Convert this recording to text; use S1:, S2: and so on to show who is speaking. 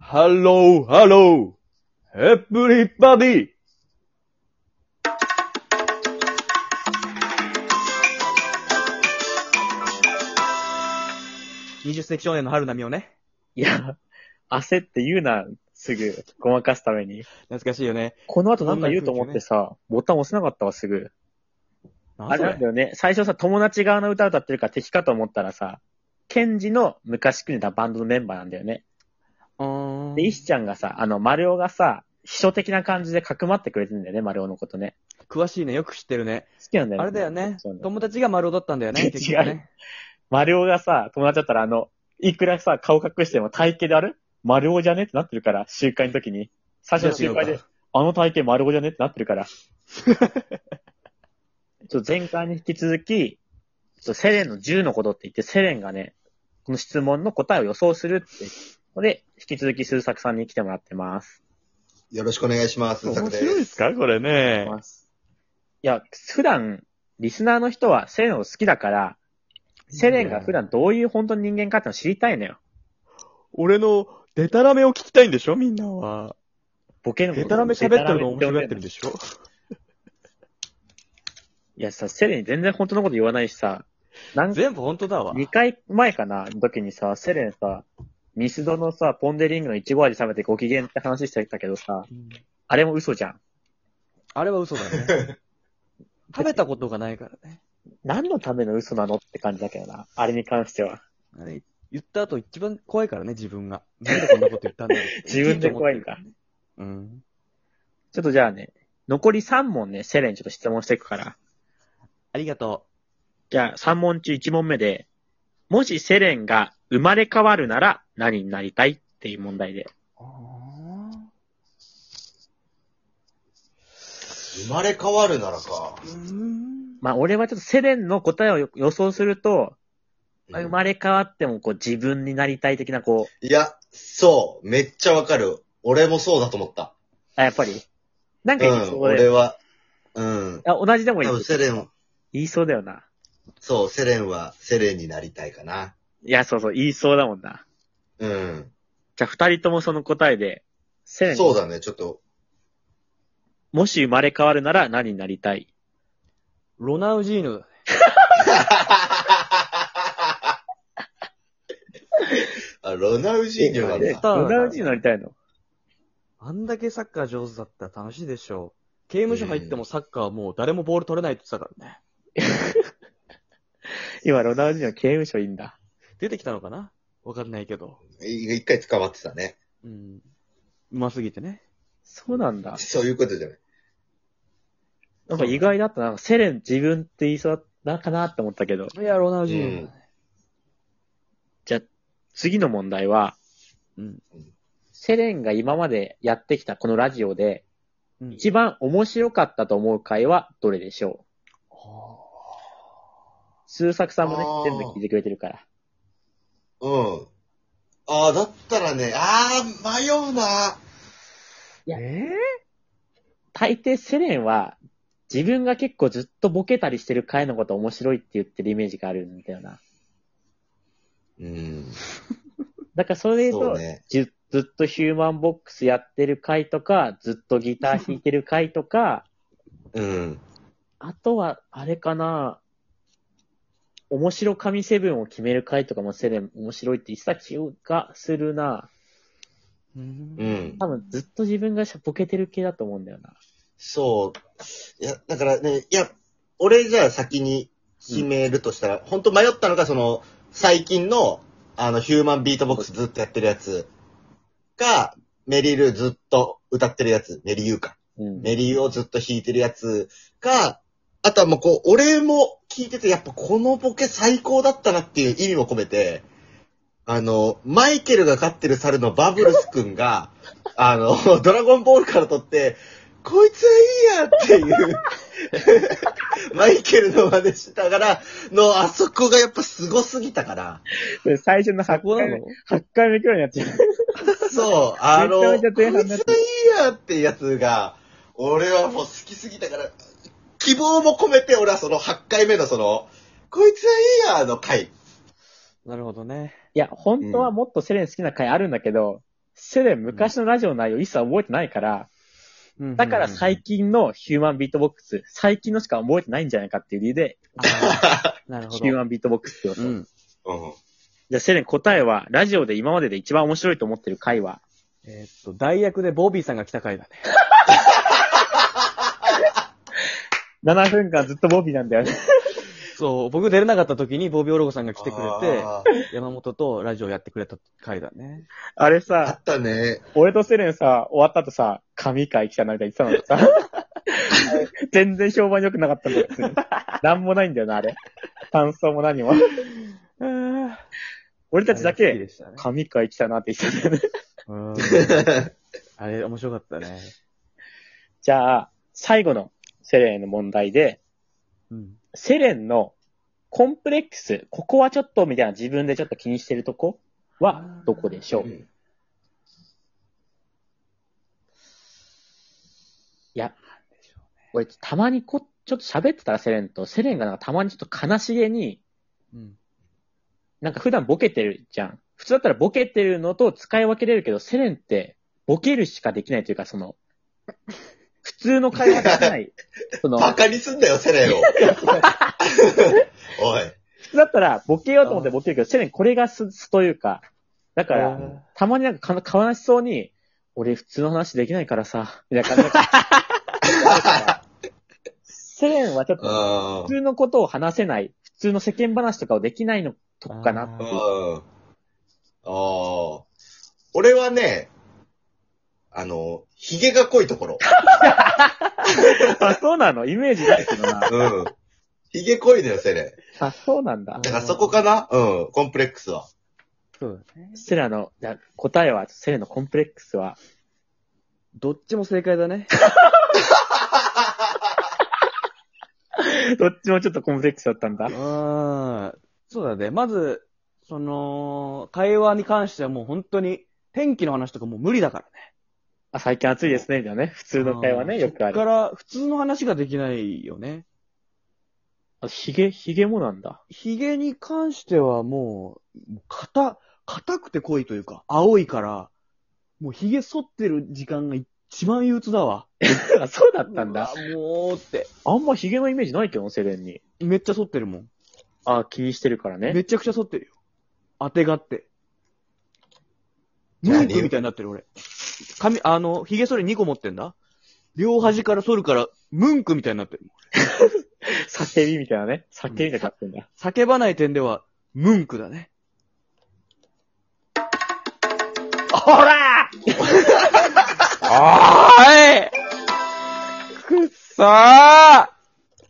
S1: Hello, hello, everybody!
S2: 20世紀少年の春波をね、
S3: いや、焦って言うな、すぐ、ごまかすために。
S2: 懐かしいよね。
S3: この後なんか言うと思ってさ、ボタン押せなかったわ、すぐ。
S2: な
S3: あ
S2: ん
S3: れ
S2: そ
S3: なんだ
S2: れ
S3: よね。最初さ、友達側の歌歌ってるから敵かと思ったらさ、ケンジの昔組んでたバンドのメンバーなんだよね。
S2: うーん
S3: で、イシちゃんがさ、あの、マリオがさ、秘書的な感じでかくまってくれてんだよね、マリオのことね。
S2: 詳しいね。よく知ってるね。
S3: 好きなんだよね。
S2: あれだよね
S3: そう。
S2: 友達が丸尾だったんだよね。
S3: 違う
S2: 結局ね。
S3: マリオがさ、友達だったらあの、いくらさ、顔隠しても体型であれマリオじゃねってなってるから、集会の時に。最初の集会
S2: 違う
S3: で
S2: か、
S3: あの体型マリオじゃねってなって るから。ちょっと前回に引き続き、ちょっとセレンの10のことって言って、セレンがね、この質問の答えを予想するって。ので、引き続き鈴作さんに来てもらってます。
S4: よろしくお願いします。
S2: 面
S4: 作で
S2: 白いですかこれね。
S3: いや、普段、リスナーの人はセレンを好きだから、セレンが普段どういう本当の人間かってのを知りたいのよ。
S1: 俺のデタラメを聞きたいんでしょみんなは。
S3: ボケのこと
S1: デタラメ喋ってるの面白がってるんでしょ
S3: いやさ、セレン全然本当のこと言わないしさ、なん
S2: 全部本当だわ。
S3: 2回前かな、の時にさ、セレンさ、ミスドのさ、ポンデリングのいちご味食べてご機嫌って話してたけどさ、
S2: うん
S3: あれも嘘じゃん。
S2: あれは嘘だ ね。食べたことがないからね。
S3: 何のための嘘なのって感じだけどな、あれに関しては。
S2: あれ、言った後一番怖いからね、自分が。なんでこんなこと言 ったんだろう
S3: 自分で怖いんだ。
S2: うん。
S3: ちょっとじゃあね、残り3問ね、セレンちょっと質問していくから。
S2: ありがと
S3: じゃあ3問中1問目で、もしセレンが生まれ変わるなら何になりたいっていう問題で。
S2: う。
S4: 生まれ変わるならか。
S2: うん。
S3: まあ俺はちょっとセレンの答えを予想すると、生まれ変わってもこう自分になりたい的なこう、
S4: いや、そう、めっちゃわかる。俺もそうだと思った。
S3: あ、やっぱり。なん
S4: う
S3: か言い
S4: ん、
S3: そうだ
S4: 俺
S3: よ。
S4: は。うん。
S3: あ、同じでもいい
S4: 多。分セレン、
S3: 言いそうだよな。
S4: そう、セレンはセレンになりたいかな。
S3: いや、そうそう、言いそうだもんな。
S4: うん。
S3: じゃあ二人ともその答えで、セレン、
S4: そうだね、ちょっと。
S3: もし生まれ変わるなら何になりたい
S2: ロナウジーヌだね。
S4: あ、ロナウジーニョなん
S2: え
S3: え
S2: ス
S4: だ。
S2: ター
S3: ロナウジーになりたいの
S2: あんだけサッカー上手だったら楽しいでしょう。刑務所入ってもサッカーはもう誰もボール取れないって言ってたからね。
S3: 今、ロナウジーニョの刑務所いいんだ。
S2: 出てきたのかなわかんないけど。
S4: い一回捕まってたね。
S2: うん。うますぎてね。
S3: そうなんだ。
S4: そういうことじゃない。
S3: なんか意外だったな。なんかセレン自分って言いそうだかなって思ったけど。
S2: いや、ロナウジーヌだね。
S3: じゃあ、次の問題は、
S2: うん。
S3: セレンが今までやってきたこのラジオで、
S2: うん。
S3: 一番面白かったと思う回はどれでしょう数作さんもね
S4: あー、
S3: 全部聞いてくれてるから。
S4: うん。ああ、だったらね、ああ、迷うな。
S3: や
S2: え
S3: 大抵セレンは、自分が結構ずっとボケたりしてる回のこと面白いって言ってるイメージがあるんだよな。
S4: うん。
S3: だからそれで言う
S4: そ
S3: と、
S4: うね。
S3: ずずっとヒューマンボックスやってる回とか、ずっとギター弾いてる回とか、
S4: うん。
S3: あとは、あれかな、面白神セブンを決める回とかもセレン面白いって言ってた気がするな。
S2: う。
S4: うんん。
S3: 多分ずっと自分がしゃボケてる系だと思うんだよな。
S4: そう。いや、だからね、いや、俺じゃあ先に決めるとしたら、本当迷ったのが、その、最近の、あの、ヒューマンビートボックスずっとやってるやつか、メリルずっと歌ってるやつ、メリユーか。
S3: うん。
S4: メリユーをずっと弾いてるやつか、あとはもうこう、俺も聞いてて、やっぱこのボケ最高だったなっていう意味も込めて、あの、マイケルが飼ってる猿のバブルスくん が、あの、ドラゴンボールから取って、こいつはいいや っていう、マイケルの真似しながらの、あそこがやっぱ凄すぎたから、
S3: 最初の8
S2: こうなの
S3: 8回目くらいになっちゃう。
S4: そう、あの、こ
S3: め
S4: い
S3: ちゃめちゃ前半だっ
S4: つ
S3: た
S4: はいいやってやつが、俺はもう好きすぎたから、希望も込めて俺はその8回目のその、こいつはいいやの回。
S2: なるほどね。
S3: いや、本当はもっとセレン好きな回あるんだけど、セレン昔のラジオの内容一切覚えてないから、だから最近のヒューマンビートボックス、最近のしか覚えてないんじゃないかっていう理由で、
S2: あーなるほ
S3: ヒ
S2: ど。
S3: ューマンビートボックスって予想
S2: うん。
S4: うん。
S3: じゃあセレン答えは、ラジオで今までで一番面白いと思ってる回は、
S2: えーっと、代役でボビーさんが来た回だね。
S3: 7分間ずっとボビーなんだよね。
S2: そう、僕出れなかった時にボビーオロゴさんが来てくれ
S4: あー
S2: て、山本とラジオやってくれた回だね。
S3: あれさ
S4: あ、っ たね。
S3: 俺とセレンさ、終わった後さ、神回来たなみたいに言ってたのにさ、 全然評判良くなかったんだよ。なんもないんだよな、あれ。感想も 何も。俺たちだ
S2: あれ好き
S3: け、
S2: でしたね
S3: 神回来たなって言ってたよね。
S2: うんあれ面白かったね。
S3: じゃあ、最後のセレンへの問題で、
S2: うん。
S3: セレンのコンプレックス、ここはちょっとみたいな自分でちょっと気にしてるとこはどこでしょう
S4: う
S3: い
S4: ん
S3: や、俺たまにこ、ちょっと喋ってたらセレンと、セレンがなんかたまにちょっと悲しげに、
S2: うん。
S3: なんか普段ボケてるじゃん。普通だったらボケてるのと使い分けれるけど、セレンってボケるしかできないというか、その、普通の会話できない。その、
S4: バカにすんだよ、セ レンを。おい。
S3: 普通だったらボケようと思ってボケるけど、セレンこれが素素というか、だか
S2: う
S3: ら、
S2: ん
S3: たまになんかか悲しそうに、俺普通の話できないからさ、みたいな感じだから。セレンはちょっと
S4: うん
S3: 普。通のことを話せない、普通の世間話とかをできないのとこかなっていう。
S4: うん。ああ。俺はね、あの、髭が濃いところ。
S3: あ、そうなのイメージだけどな。
S4: うん。髭濃いのよ、セレン。
S3: あ、そうなんだ
S4: だ。からそこかなうん、コンプレックスは。
S2: そうだね。
S3: セレンの、じゃあ答えは、セレンのコンプレックスは、
S2: どっちも正解だね。
S3: どっちもちょっとコンプレックスだったんだ
S2: う。ん。そうだね。まず、その、会話に関してはもう本当に、天気の話とかもう無理だからね。
S3: あ、最近暑いですね、みたいなね。普通の会話
S2: う
S3: ね、
S2: ん
S3: よくあ
S2: そっ
S3: る。
S2: から、普通の話ができないよね。
S3: あヒゲ、ヒゲもなんだ。
S2: ヒゲに関してはもう、硬、硬くて濃いというか、青いから、もうヒゲ剃ってる時間が一番憂鬱だわ。
S3: あ、そうだったんだ。
S2: うわ。もうって。
S3: あんまヒゲのイメージないけど、セレンに。
S2: めっちゃ剃ってるもん。
S3: あ、気にしてるからね。
S2: めちゃくちゃ剃ってるよ。当てがって。ム
S4: 何
S2: ンクみたいになってる俺。髪、あの、ヒゲ剃り2個持ってんだ両端から剃るから、ムンクみたいになってる。
S3: 叫びみたいなね。叫びみたいになってんだ。
S2: 叫ばない点では、ムンクだね。
S3: ほら
S2: あーいくっさー